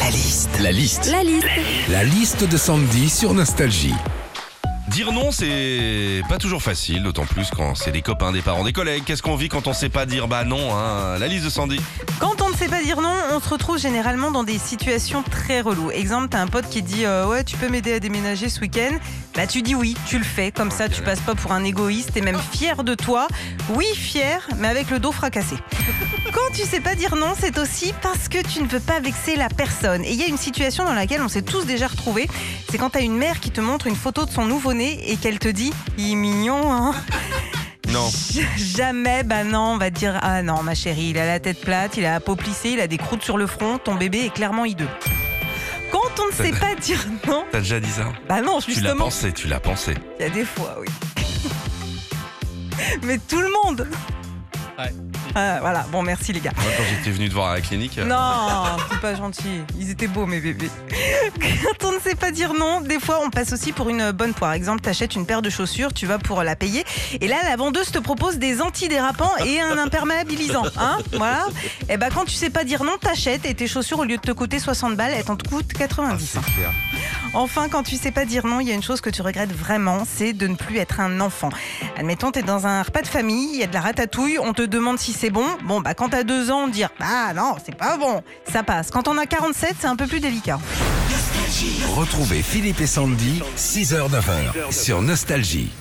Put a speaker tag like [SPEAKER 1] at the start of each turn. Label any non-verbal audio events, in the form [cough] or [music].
[SPEAKER 1] La liste.
[SPEAKER 2] La liste.
[SPEAKER 3] La liste.
[SPEAKER 4] La liste de Sandy sur Nostalgie.
[SPEAKER 2] Dire non, c'est pas toujours facile, d'autant plus quand c'est des copains, des parents, des collègues. Qu'est-ce qu'on vit quand on sait pas dire bah non hein La liste de Sandy.
[SPEAKER 5] Quand on ne sait pas dire non, on se retrouve généralement dans des situations très reloues. Exemple, t'as un pote qui dit euh, ouais, tu peux m'aider à déménager ce week-end. Bah tu dis oui, tu le fais. Comme ça, tu passes pas pour un égoïste. T'es même fier de toi. Oui, fier, mais avec le dos fracassé. Quand tu sais pas dire non, c'est aussi parce que tu ne veux pas vexer la personne. Et il y a une situation dans laquelle on s'est tous déjà retrouvés. C'est quand t'as une mère qui te montre une photo de son nouveau-né et qu'elle te dit, il est mignon, hein.
[SPEAKER 2] Non.
[SPEAKER 5] [laughs] Jamais, bah non, on va te dire Ah non, ma chérie, il a la tête plate, il a la peau plissée, il a des croûtes sur le front, ton bébé est clairement hideux. Quand on ne sait pas dire non,
[SPEAKER 2] T'as déjà dit ça
[SPEAKER 5] bah non,
[SPEAKER 2] Tu l'as
[SPEAKER 5] justement,
[SPEAKER 2] pensé, tu l'as pensé.
[SPEAKER 5] il y a des fois, oui. [laughs] Mais tout le monde
[SPEAKER 1] Ouais.
[SPEAKER 5] Ah, Voilà, bon, merci les gars.
[SPEAKER 2] Moi, quand j'étais venu te voir à la clinique, euh,
[SPEAKER 5] Non, c'est pas gentil. Ils étaient beaux, mes bébés. Quand on ne sait pas dire non, des fois, on passe aussi pour une bonne poire. Exemple, t'achètes une paire de chaussures, tu vas pour la payer. Et là, la vendeuse te propose des antidérapants et un imperméabilisant. Hein voilà. Et ben, quand tu sais pas dire non, t'achètes et tes chaussures, au lieu de te coûter 60 balles, elles t'en coûtent
[SPEAKER 2] ah,
[SPEAKER 5] 90.
[SPEAKER 2] c'est clair.
[SPEAKER 5] Enfin, quand tu sais pas dire non, il y a une chose que tu regrettes vraiment, c'est de ne plus être un enfant. Admettons, t'es dans un repas de famille, il y a de la ratatouille, on te demande si c'est bon. Bon, bah quand t'as deux ans, dire ah non, c'est pas bon, ça passe. Quand on a 47, c'est un peu plus délicat.
[SPEAKER 4] Retrouvez Philippe et Sandy, 6h-9h sur Nostalgie.